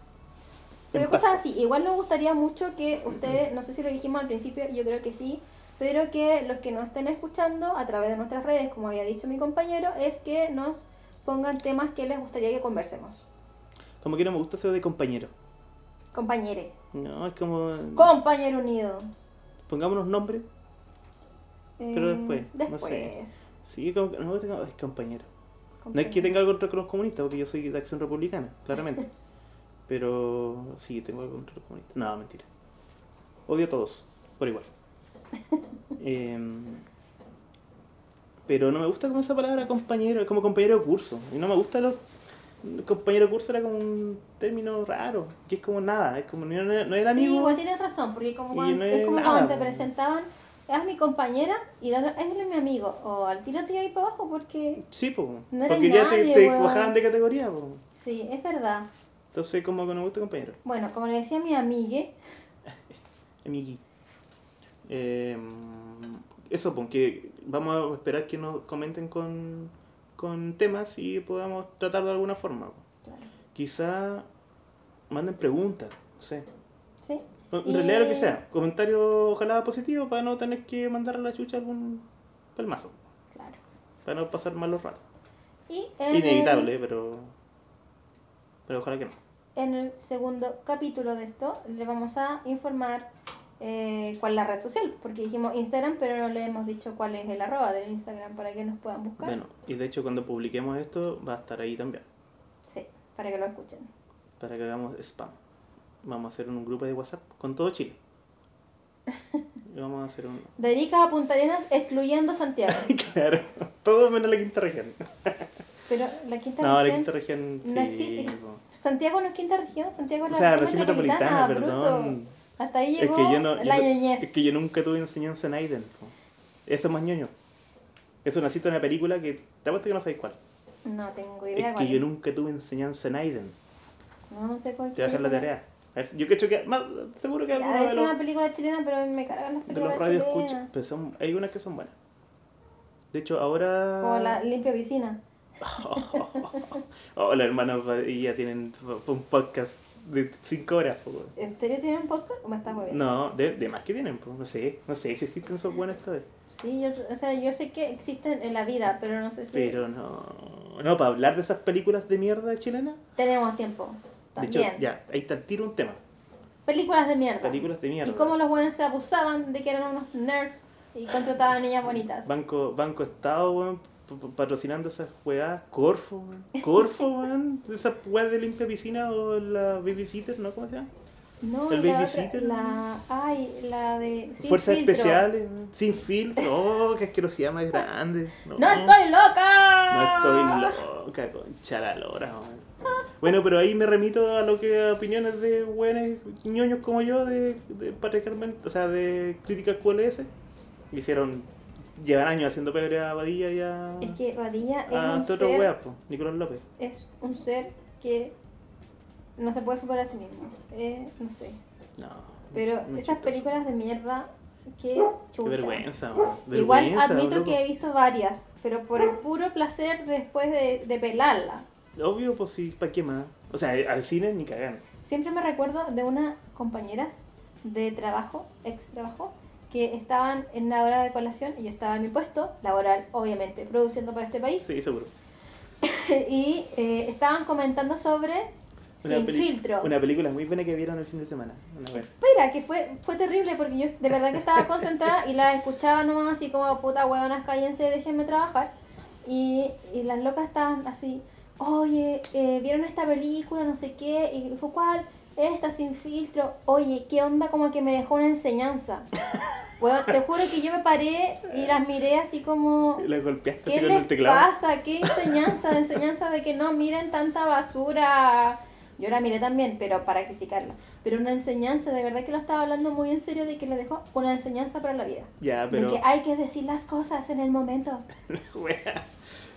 Speaker 1: Pero
Speaker 2: en paz.
Speaker 1: cosas así, igual nos gustaría mucho que ustedes, no sé si lo dijimos al principio, yo creo que sí, pero que los que nos estén escuchando a través de nuestras redes, como había dicho mi compañero, es que nos pongan temas que les gustaría que conversemos.
Speaker 2: Como que no me gusta eso de compañero.
Speaker 1: Compañere,
Speaker 2: No, es como...
Speaker 1: compañero unido.
Speaker 2: Pongámonos nombres. Pero
Speaker 1: Eh,
Speaker 2: después, no
Speaker 1: Después.
Speaker 2: sé. Sí, como que no me gusta como- Es compañero. No es
Speaker 1: compañero.
Speaker 2: que tenga algo contra los comunistas, porque yo soy de acción republicana, claramente. Pero sí, tengo algo contra los comunistas. No, mentira. Odio a todos, por igual. Em, pero no me gusta como esa palabra compañero, es como compañero de curso. Y no me gusta los... Compañero de curso era como un término raro, que es como nada, es como no, no- no era
Speaker 1: Sí,
Speaker 2: amigo.
Speaker 1: igual tienes razón, porque como
Speaker 2: Y
Speaker 1: cuando,
Speaker 2: no
Speaker 1: es
Speaker 2: es
Speaker 1: como
Speaker 2: nada,
Speaker 1: cuando te
Speaker 2: po.
Speaker 1: presentaban, es mi compañera y la otra, es mi amigo, o al tiro te iba ahí para abajo porque...
Speaker 2: Sí, po,
Speaker 1: No eres
Speaker 2: porque ya te,
Speaker 1: nadie,
Speaker 2: te
Speaker 1: weón.
Speaker 2: bajaban de categoría. po.
Speaker 1: Sí, es verdad.
Speaker 2: Entonces como que no me gusta compañero.
Speaker 1: Bueno, como le decía mi amigue,
Speaker 2: Amigui. Eh, eso, porque vamos a esperar que nos comenten con, con temas y podamos tratar de alguna forma. pues.
Speaker 1: Claro.
Speaker 2: Quizá manden preguntas, no sé.
Speaker 1: ¿sí?
Speaker 2: No, En
Speaker 1: Y-
Speaker 2: realidad lo que sea, comentario ojalá positivo para no tener que mandar a la chucha algún palmazo,
Speaker 1: Claro.
Speaker 2: para no pasar malos ratos.
Speaker 1: Y en
Speaker 2: Inevitable, pero... Pero ojalá que no.
Speaker 1: El, en el segundo capítulo de esto le vamos a informar eh, cuál es la red social, porque dijimos Instagram, pero no le hemos dicho cuál es el arroba del Instagram para que nos puedan buscar.
Speaker 2: Bueno, y de hecho cuando publiquemos esto va a estar ahí también.
Speaker 1: Sí, para que lo escuchen.
Speaker 2: para que hagamos spam. Vamos a hacer un grupo de WhatsApp con todo Chile. Y vamos a hacer un...
Speaker 1: De Arica a Punta Arenas, excluyendo Santiago.
Speaker 2: claro, todo menos la quinta región.
Speaker 1: Pero la quinta
Speaker 2: No, la
Speaker 1: región.
Speaker 2: quinta región
Speaker 1: no
Speaker 2: sí.
Speaker 1: existe.
Speaker 2: po.
Speaker 1: Santiago no es quinta región, Santiago es
Speaker 2: O
Speaker 1: la
Speaker 2: sea,
Speaker 1: región
Speaker 2: región metropolitana, perdón.
Speaker 1: bruto. Hasta ahí
Speaker 2: Es
Speaker 1: llegó
Speaker 2: que, yo no, yo
Speaker 1: la
Speaker 2: no-
Speaker 1: ñoñez.
Speaker 2: es que yo nunca tuve enseñanza en Aiden. po. Eso es más ñoño. Eso naciste en una película que te apuesto que no sabéis cuál.
Speaker 1: No tengo idea
Speaker 2: Es
Speaker 1: cuál
Speaker 2: que yo
Speaker 1: es.
Speaker 2: nunca tuve enseñanza en Aiden.
Speaker 1: No, no sé cuál
Speaker 2: Te voy a dejar la
Speaker 1: es.
Speaker 2: tarea. A ver, yo creo que más, seguro
Speaker 1: Ya,
Speaker 2: que alguna
Speaker 1: es
Speaker 2: de los,
Speaker 1: una película chilena, pero me cargan las
Speaker 2: de los
Speaker 1: películas
Speaker 2: radios
Speaker 1: chilenas.
Speaker 2: escucha. Pero son- hay unas que son buenas. De hecho,
Speaker 1: Como la
Speaker 2: ahora.
Speaker 1: limpia piscina.
Speaker 2: Oh, la hermana y ya tienen un podcast de 5 horas. po, weón.
Speaker 1: ¿En serio tienen podcast o me estás moviendo?
Speaker 2: No, de, de más que tienen, po, no sé. No sé si existen esos buenos todavía.
Speaker 1: Sí, yo, o sea, yo sé que existen en la vida, pero no sé si
Speaker 2: Pero no. No, para hablar de esas películas de mierda chilenas.
Speaker 1: tenemos tiempo.
Speaker 2: De
Speaker 1: También.
Speaker 2: hecho, ya, ahí está al tiro un tema.
Speaker 1: Películas de mierda.
Speaker 2: Películas de mierda.
Speaker 1: Y cómo los buenos se abusaban de que eran unos nerds y contrataban a niñas bonitas.
Speaker 2: Banco, Banco Estado, weón, p- p- patrocinando esas weas. Corfo, weón. Corfo, weón. Esas weas de limpia piscina o la babysitter, ¿no? ¿Cómo se llama?
Speaker 1: No,
Speaker 2: el
Speaker 1: y la, otra,
Speaker 2: babysitter.
Speaker 1: la ay, la de sin
Speaker 2: Fuerzas
Speaker 1: filtro.
Speaker 2: especiales, weón. sin filtro. Oh, qué asquerosidad más grande.
Speaker 1: No estoy loca.
Speaker 2: No estoy loca, concha la lora, weón. Bueno, pero ahí me remito a lo que a opiniones de buenos ñoños como yo de, de Carmen, o sea, de críticas QLS. Hicieron, llevan años haciendo pebre a Badilla y a...
Speaker 1: Es que Badilla es
Speaker 2: Ah,
Speaker 1: un
Speaker 2: este otro
Speaker 1: ser-
Speaker 2: wea, po, Nicolás López.
Speaker 1: es un ser que no se puede superar a sí mismo. Eh, no sé.
Speaker 2: No.
Speaker 1: Pero
Speaker 2: muy
Speaker 1: esas
Speaker 2: chistoso.
Speaker 1: películas de mierda, que
Speaker 2: Qué
Speaker 1: chucha.
Speaker 2: vergüenza, man,
Speaker 1: Igual
Speaker 2: vergüenza,
Speaker 1: admito
Speaker 2: loco.
Speaker 1: que he visto varias, pero por el puro placer después de, de pelarla.
Speaker 2: Obvio, pues sí, ¿para qué más? O sea, al cine ni cagando.
Speaker 1: Siempre me recuerdo de unas compañeras de trabajo, ex trabajo, que estaban en la hora de colación y yo estaba en mi puesto laboral, obviamente, produciendo para este país.
Speaker 2: Sí, seguro.
Speaker 1: y eh, estaban comentando sobre Sin
Speaker 2: peli-
Speaker 1: Filtro.
Speaker 2: Una película muy buena que vieron el fin de semana. Una vez.
Speaker 1: Espera, que fue, fue terrible porque yo de verdad que estaba concentrada y la escuchaba nomás así como puta huevonas, cállense, déjenme trabajar. Y, y las locas estaban así, oye, eh, vieron esta película, no sé qué, y dijo, ¿cuál? Esta sin filtro, oye, ¿qué onda? Como que me dejó una enseñanza. Bueno, te juro que yo me paré y las miré así como,
Speaker 2: La golpeaste así
Speaker 1: ¿qué
Speaker 2: con el
Speaker 1: les
Speaker 2: teclado.
Speaker 1: pasa? ¿Qué enseñanza? De enseñanza de que no miren tanta basura. Yo la miré también, pero para criticarla. Pero una enseñanza, de verdad que lo estaba hablando muy en serio, de que le dejó una enseñanza para la vida.
Speaker 2: Ya, Ah, pero.
Speaker 1: De que hay que decir las cosas en el momento.
Speaker 2: Wea.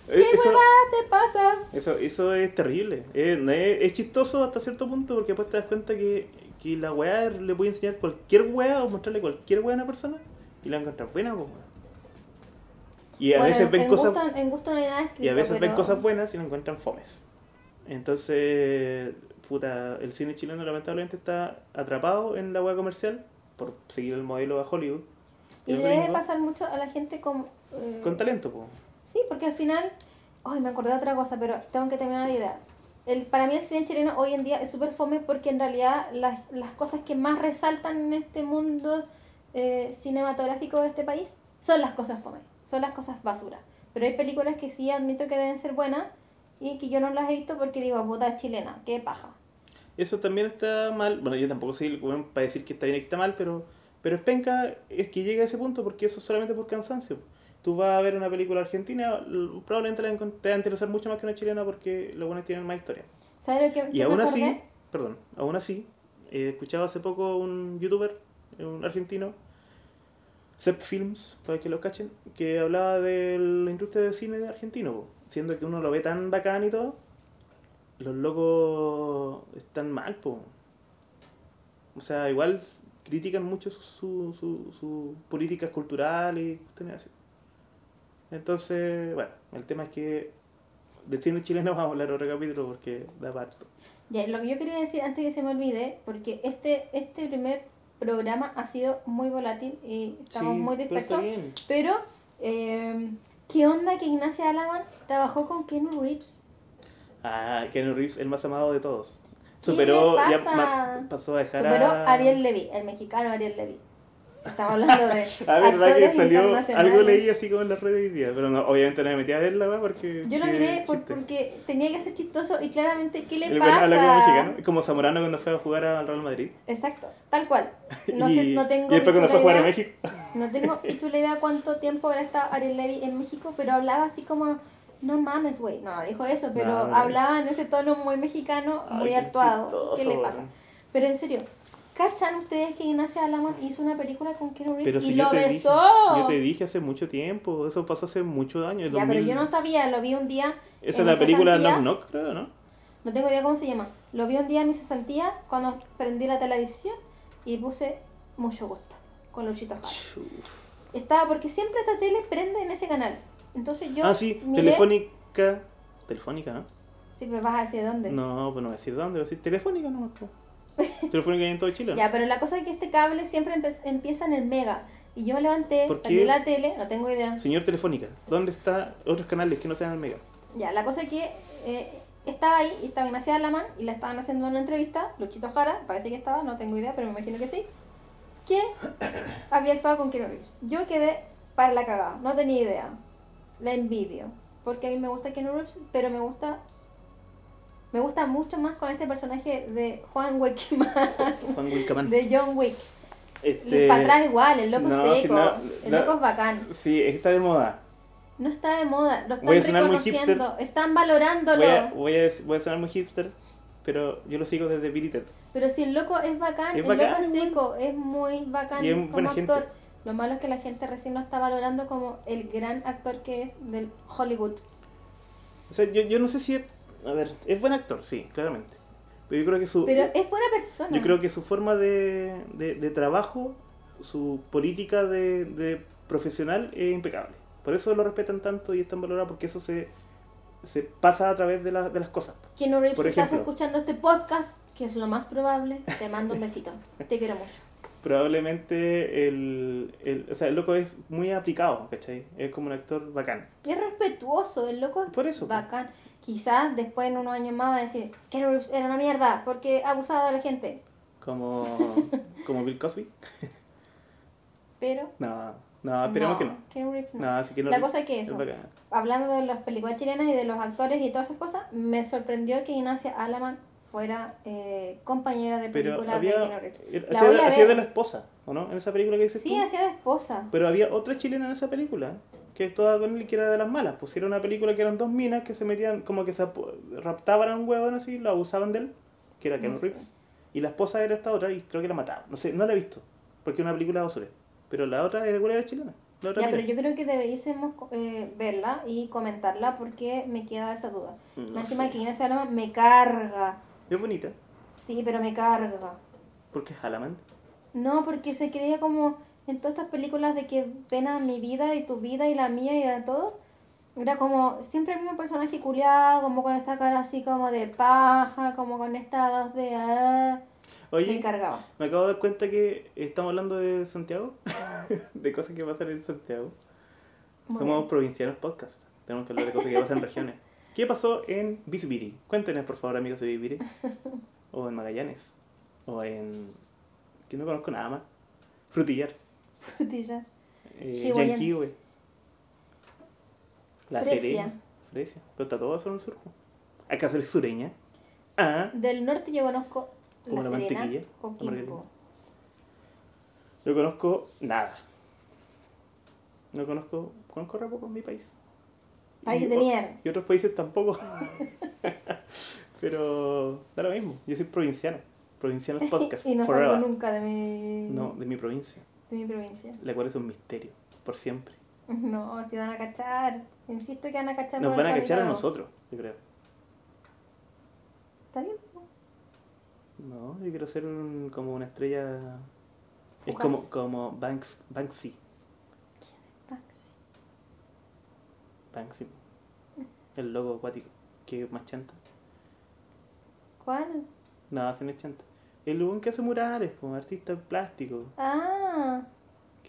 Speaker 1: ¿Qué
Speaker 2: Eso,
Speaker 1: huevada te pasa?
Speaker 2: eso, eso es terrible. Eh, no Es, es chistoso hasta cierto punto porque después te das cuenta que, que la weá le puede enseñar cualquier weá o mostrarle cualquier weá a una persona y la encuentras buena, pues, weón. Y a
Speaker 1: Bueno,
Speaker 2: veces ven
Speaker 1: en
Speaker 2: cosas.
Speaker 1: Gusto, en gusto no hay nada escrito.
Speaker 2: Y a veces ven
Speaker 1: pero-
Speaker 2: cosas buenas y no encuentran fomes. Entonces, puta, el cine chileno lamentablemente está atrapado en la hueá comercial por seguir el modelo a Hollywood.
Speaker 1: Y
Speaker 2: los
Speaker 1: le debe
Speaker 2: gringos,
Speaker 1: pasar mucho a la gente con... eh,
Speaker 2: Con talento, po.
Speaker 1: Sí, porque al final, ay, me acordé de otra cosa, pero tengo que terminar la idea. El, para mí el cine chileno hoy en día es súper fome porque en realidad las, las cosas que más resaltan en este mundo eh, cinematográfico de este país son las cosas fome, son las cosas basura. Pero hay películas que sí admito que deben ser buenas y que yo no las he visto porque digo, puta es chilena, qué paja.
Speaker 2: Eso también está mal. Bueno, yo tampoco soy el weón para decir que está bien y que está mal, pero, pero es penca es que llega a ese punto porque eso es solamente por cansancio. Tú vas a ver una película argentina, l- probablemente la encon- te va a interesar mucho más que una chilena porque los buenos tienen más historia.
Speaker 1: ¿Sabes lo que,
Speaker 2: Y
Speaker 1: que me
Speaker 2: aún así,
Speaker 1: acordé?
Speaker 2: perdón, aún así, eh, escuchaba hace poco un youtuber, eh, un argentino, Sep Films, para que lo cachen, que hablaba de la industria del cine argentino, po. siendo que uno lo ve tan bacán y todo, los locos están mal, po. O sea, igual s- critican mucho sus su, su- sus políticas culturales y cuestiones así. Entonces, bueno, el tema es que del cine chileno vamos a hablar otro capítulo porque da parto.
Speaker 1: Ya, lo que yo quería decir antes que se me olvide, porque este, este primer programa ha sido muy volátil y estamos muy
Speaker 2: pero está
Speaker 1: dispersos.
Speaker 2: bien.
Speaker 1: Pero, eh, ¿qué onda que Ignacia Alaman trabajó con Keanu Reeves?
Speaker 2: Ah, Keanu Reeves, el más amado de todos.
Speaker 1: ¿Qué
Speaker 2: Superó,
Speaker 1: le
Speaker 2: ya
Speaker 1: pasa?
Speaker 2: ma- pasó a dejar
Speaker 1: Superó
Speaker 2: a...
Speaker 1: a Ariel Levy, el mexicano Ariel Levy. Estamos hablando de
Speaker 2: Ah, verdad que
Speaker 1: actores
Speaker 2: salió,
Speaker 1: internacionales.
Speaker 2: algo leí así como en las redes hoy día, pero no, obviamente no me metí a verla, weá, porque...
Speaker 1: Yo lo
Speaker 2: qué
Speaker 1: miré por-
Speaker 2: chiste.
Speaker 1: porque tenía que ser chistoso y claramente, ¿qué le
Speaker 2: El weón
Speaker 1: pasa?
Speaker 2: habla como mexicano, como Zamorano cuando fue a jugar al Real Madrid.
Speaker 1: Exacto, tal cual. No,
Speaker 2: y,
Speaker 1: sé, no tengo
Speaker 2: y después
Speaker 1: pichula
Speaker 2: cuando fue a jugar a
Speaker 1: idea-
Speaker 2: México,
Speaker 1: No tengo pichula idea cuánto tiempo habrá estado Ariel Levy en México, pero hablaba así como, no mames, güey. No, no dijo eso, pero
Speaker 2: No, no, no.
Speaker 1: hablaba en ese tono muy mexicano,
Speaker 2: Ay,
Speaker 1: muy
Speaker 2: qué
Speaker 1: actuado. ¿Qué
Speaker 2: chistoso,
Speaker 1: le pasa?
Speaker 2: weón.
Speaker 1: Pero en serio, ¿cachan ustedes que Ignacia Alamán hizo una película con Keanu Reeves
Speaker 2: pero
Speaker 1: y
Speaker 2: si
Speaker 1: lo
Speaker 2: yo, te dije,
Speaker 1: besó?
Speaker 2: yo te dije hace mucho tiempo, eso pasó hace mucho años. el
Speaker 1: ya, pero yo
Speaker 2: 2000.
Speaker 1: no sabía, lo vi un día. en
Speaker 2: Esa es la
Speaker 1: esa
Speaker 2: película
Speaker 1: sandía.
Speaker 2: Knock Knock, creo, ¿no?
Speaker 1: no tengo idea cómo se llama. Lo vi un día en mi cesantía cuando prendí la televisión y puse mucho gusto con Luchito Jara. Estaba porque siempre esta tele prende en ese canal. Entonces yo.
Speaker 2: ah, sí,
Speaker 1: miré-
Speaker 2: Telefónica. Telefónica, ¿no?
Speaker 1: Sí, pero vas a decir dónde.
Speaker 2: No, pues no voy a decir dónde, voy a decir Telefónica nomás. po. Telefónica hay en todo Chile. ¿no?
Speaker 1: Ya, pero la cosa es que este cable siempre empe- empieza en el mega. Y yo me levanté,
Speaker 2: ¿Por qué?
Speaker 1: prendí la tele, no tengo idea.
Speaker 2: Señor Telefónica, ¿dónde están otros canales que no sean el Mega?
Speaker 1: Ya, la cosa es que eh, estaba ahí, y estaba Ignacia Alamán y la estaban haciendo una entrevista, Luchito Jara, parece que estaba, no tengo idea, pero me imagino que sí, que había actuado con Keanu Reeves. Yo quedé para la cagada, no tenía idea. La envidio, porque a mí me gusta Keanu Reeves, pero me gusta me gusta mucho más con este personaje de Juan Wickman,
Speaker 2: Juan Wilcamán.
Speaker 1: de John Wick.
Speaker 2: Este,
Speaker 1: Para atrás igual, el loco
Speaker 2: no,
Speaker 1: seco,
Speaker 2: si no,
Speaker 1: el
Speaker 2: no.
Speaker 1: loco es bacán.
Speaker 2: Sí, está de moda.
Speaker 1: No está de moda, lo
Speaker 2: Voy a
Speaker 1: están
Speaker 2: sonar muy
Speaker 1: reconociendo, están valorándolo.
Speaker 2: Voy a, voy, a, voy a sonar muy hipster, pero yo lo sigo desde Billy Ted.
Speaker 1: Pero si el loco es bacán, el
Speaker 2: Es bacán,
Speaker 1: loco es
Speaker 2: es
Speaker 1: seco, es muy bacán
Speaker 2: Y es
Speaker 1: como
Speaker 2: buena
Speaker 1: actor.
Speaker 2: gente.
Speaker 1: Lo malo es que la gente recién lo está valorando como el gran actor que es del Hollywood.
Speaker 2: O sea, yo, yo no sé si es, a ver, es buen actor, sí, claramente. Pero yo creo que su
Speaker 1: Pero es buena persona.
Speaker 2: yo creo que su forma de, de, de trabajo, su política de, de profesional es impecable. Por eso lo respetan tanto y es tan valorado porque eso se, se pasa a través de, la- de las cosas.
Speaker 1: Keanu Reeves,
Speaker 2: por
Speaker 1: si estás
Speaker 2: ejemplo.
Speaker 1: escuchando este podcast, que es lo más probable, te mando un besito. te quiero mucho.
Speaker 2: Probablemente el, el, o sea, el loco es muy aplicado, ¿cachai? Es como un actor bacán.
Speaker 1: Y es respetuoso, el loco es
Speaker 2: Por eso, po.
Speaker 1: bacán. Quizás después en unos años más va a decir, Keanu Reeves era una mierda porque abusaba de la gente.
Speaker 2: Como, como Bill Cosby.
Speaker 1: Pero...
Speaker 2: No, no, Ah, esperemos que no.
Speaker 1: Keanu Reeves no.
Speaker 2: No, así que no
Speaker 1: La
Speaker 2: lo-
Speaker 1: cosa es que eso. pues.
Speaker 2: bacán.
Speaker 1: hablando de las películas chilenas y de los actores y todas esas cosas, me sorprendió que Ignacia Alaman fuera eh, compañera de
Speaker 2: Pero
Speaker 1: películas de Keanu
Speaker 2: había.
Speaker 1: Reeves.
Speaker 2: era-
Speaker 1: La
Speaker 2: Hacía,
Speaker 1: voy a
Speaker 2: hacía de
Speaker 1: ver.
Speaker 2: la esposa, ¿o no? En esa película que dices
Speaker 1: Sí,
Speaker 2: tú.
Speaker 1: hacía de esposa.
Speaker 2: Pero había otra chilena en esa película que actuaba con él y que era de las malas. Pusieron una película que eran dos minas que se metían, como que se apo- raptaban a un huevón así, lo abusaban de él, que era Keanu
Speaker 1: No sé.
Speaker 2: Reeves. Y la esposa era esta otra y creo que la mataban. No sé, no la he visto, porque es una película basura. Pero la otra era era chilena. La otra
Speaker 1: Ya,
Speaker 2: mina.
Speaker 1: pero yo creo que debiésemos eh, verla y comentarla porque me queda esa duda.
Speaker 2: No
Speaker 1: Más encima
Speaker 2: sé.
Speaker 1: que Ignacia Alaman me carga.
Speaker 2: Es bonita,
Speaker 1: Sí, pero me carga.
Speaker 2: porque es Alamand.
Speaker 1: No, porque se creía como en todas estas películas de que ven a mi vida y tu vida y la mía y a todo. Era como siempre el mismo personaje culiado, como con esta cara así como de paja, como con esta voz de... ah,
Speaker 2: Oye,
Speaker 1: me cargaba.
Speaker 2: Me acabo de dar cuenta que estamos hablando de Santiago, de cosas que pasan en Santiago.
Speaker 1: Muy
Speaker 2: Somos
Speaker 1: bien.
Speaker 2: provincianos podcast. Tenemos que hablar de cosas que pasan en regiones. ¿Qué pasó en Bisbiri? Cuéntenos, por favor, amigos de Bisbiri. O en Magallanes. O en. que no conozco nada más. Frutillar.
Speaker 1: Frutilla.
Speaker 2: Eh,
Speaker 1: Chihuahua.
Speaker 2: Yanquihue. La
Speaker 1: Fresia.
Speaker 2: Serena. Fresia. Pero está todo eso en el sur. po. ¿Acaso eres sureña? Ah.
Speaker 1: Del norte yo conozco
Speaker 2: Como
Speaker 1: La
Speaker 2: la
Speaker 1: Serena,
Speaker 2: mantequilla, la margarina.
Speaker 1: Coquimbo.
Speaker 2: Yo conozco nada. No conozco, conozco re poco en mi país.
Speaker 1: País
Speaker 2: Y
Speaker 1: de
Speaker 2: o-
Speaker 1: mierda.
Speaker 2: Y otros países tampoco. Pero da lo mismo. Yo soy provinciano. Provinciano podcast.
Speaker 1: y no salgo
Speaker 2: forever.
Speaker 1: nunca de mi,
Speaker 2: No, de mi provincia.
Speaker 1: de mi provincia.
Speaker 2: La cual es un misterio. Por siempre.
Speaker 1: No, si van a cachar. Insisto que van a cachar.
Speaker 2: Nos
Speaker 1: por
Speaker 2: van a
Speaker 1: todos
Speaker 2: cachar a
Speaker 1: lados.
Speaker 2: nosotros, yo creo.
Speaker 1: ¿Está bien?
Speaker 2: No, yo quiero ser un- como una estrella. Es
Speaker 1: Fugaz.
Speaker 2: como, como Banks, Banksy.
Speaker 1: Maxi.
Speaker 2: Banksy. El logo acuático. Que es más chanta.
Speaker 1: ¿Cuál?
Speaker 2: No, hace no es chanta. El un que hace murales, como artista plástico.
Speaker 1: Ah,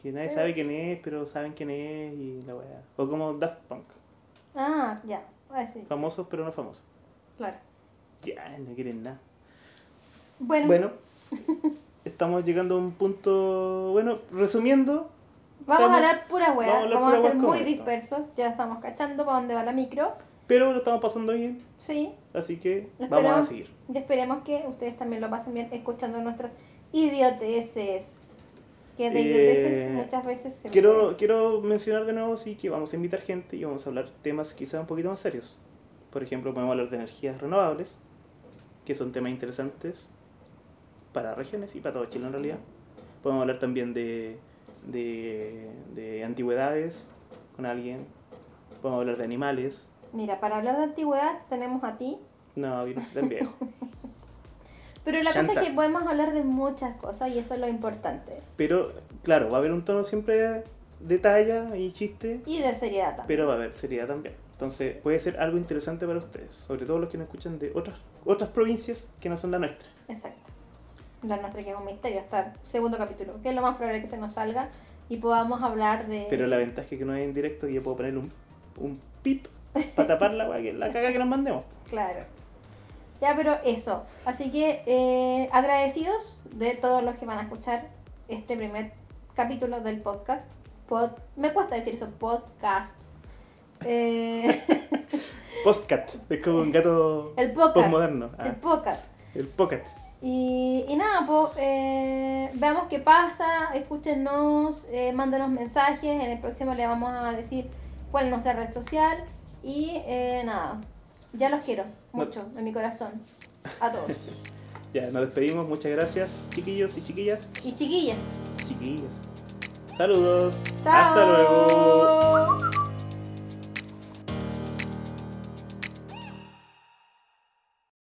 Speaker 2: Que nadie sabe quién es, pero saben quién es y la weá. O como Daft Punk.
Speaker 1: ah, ya. Ah, sí,
Speaker 2: Famosos pero no famosos.
Speaker 1: claro.
Speaker 2: Ya, no quieren nada.
Speaker 1: Bueno,
Speaker 2: Bueno, estamos llegando a un punto. Bueno, resumiendo,
Speaker 1: vamos
Speaker 2: estamos-
Speaker 1: a hablar pura
Speaker 2: vamos a
Speaker 1: weá.
Speaker 2: hablar
Speaker 1: Vamos a
Speaker 2: pura
Speaker 1: ser
Speaker 2: weá con
Speaker 1: muy
Speaker 2: esto.
Speaker 1: dispersos. Ya estamos cachando para dónde va la micro.
Speaker 2: pero lo estamos pasando bien,
Speaker 1: Sí,
Speaker 2: así que
Speaker 1: Lo
Speaker 2: vamos a
Speaker 1: esperamos.
Speaker 2: seguir.
Speaker 1: y esperemos que ustedes también lo pasen bien escuchando nuestras idioteces. Que de
Speaker 2: Eh,
Speaker 1: idioteces muchas veces se
Speaker 2: Quiero, quiero mencionar de nuevo, sí, que vamos a invitar gente y vamos a hablar temas quizás un poquito más serios. Por ejemplo, podemos hablar de energías renovables, que son temas interesantes para regiones y para todo Chile en realidad. Podemos hablar también de, de, de antigüedades con alguien. Podemos hablar de animales.
Speaker 1: Mira, para hablar de antigüedad tenemos a ti,
Speaker 2: No, yo no soy tan viejo.
Speaker 1: Pero la
Speaker 2: Chanta.
Speaker 1: cosa es que podemos hablar de muchas cosas y eso es lo importante.
Speaker 2: Pero, claro, va a haber un tono siempre de talla y chiste,
Speaker 1: Y de seriedad también.
Speaker 2: pero va a haber seriedad también. Entonces, puede ser algo interesante para ustedes, sobre todo los que nos escuchan de otras, otras provincias que no son la nuestra.
Speaker 1: Exacto. La nuestra que es un misterio hasta el segundo capítulo, que es lo más probable que se nos salga y podamos hablar de...
Speaker 2: Pero la ventaja es que no es en directo y yo puedo poner un, un pip para tapar la, wea que- la caga que nos mandemos.
Speaker 1: Claro. Ya, pero eso. Así que eh, agradecidos de todos los que van a escuchar este primer capítulo del podcast. Pod- Me cuesta decir eso, podcast. Eh,
Speaker 2: Postcat, es como un gato
Speaker 1: el podcast.
Speaker 2: postmoderno.
Speaker 1: El
Speaker 2: Ah,
Speaker 1: podcast.
Speaker 2: el pocket.
Speaker 1: Y, y nada, pues veamos qué pasa, escúchenos, eh, mándenos mensajes, en el próximo le vamos a decir cuál es nuestra red social y eh, nada, ya los quiero mucho, en mi corazón, a todos.
Speaker 2: Ya, nos despedimos. Muchas gracias, chiquillos y chiquillas.
Speaker 1: Y chiquillas,
Speaker 2: Chiquillas. Saludos.
Speaker 1: chao.
Speaker 2: Hasta luego.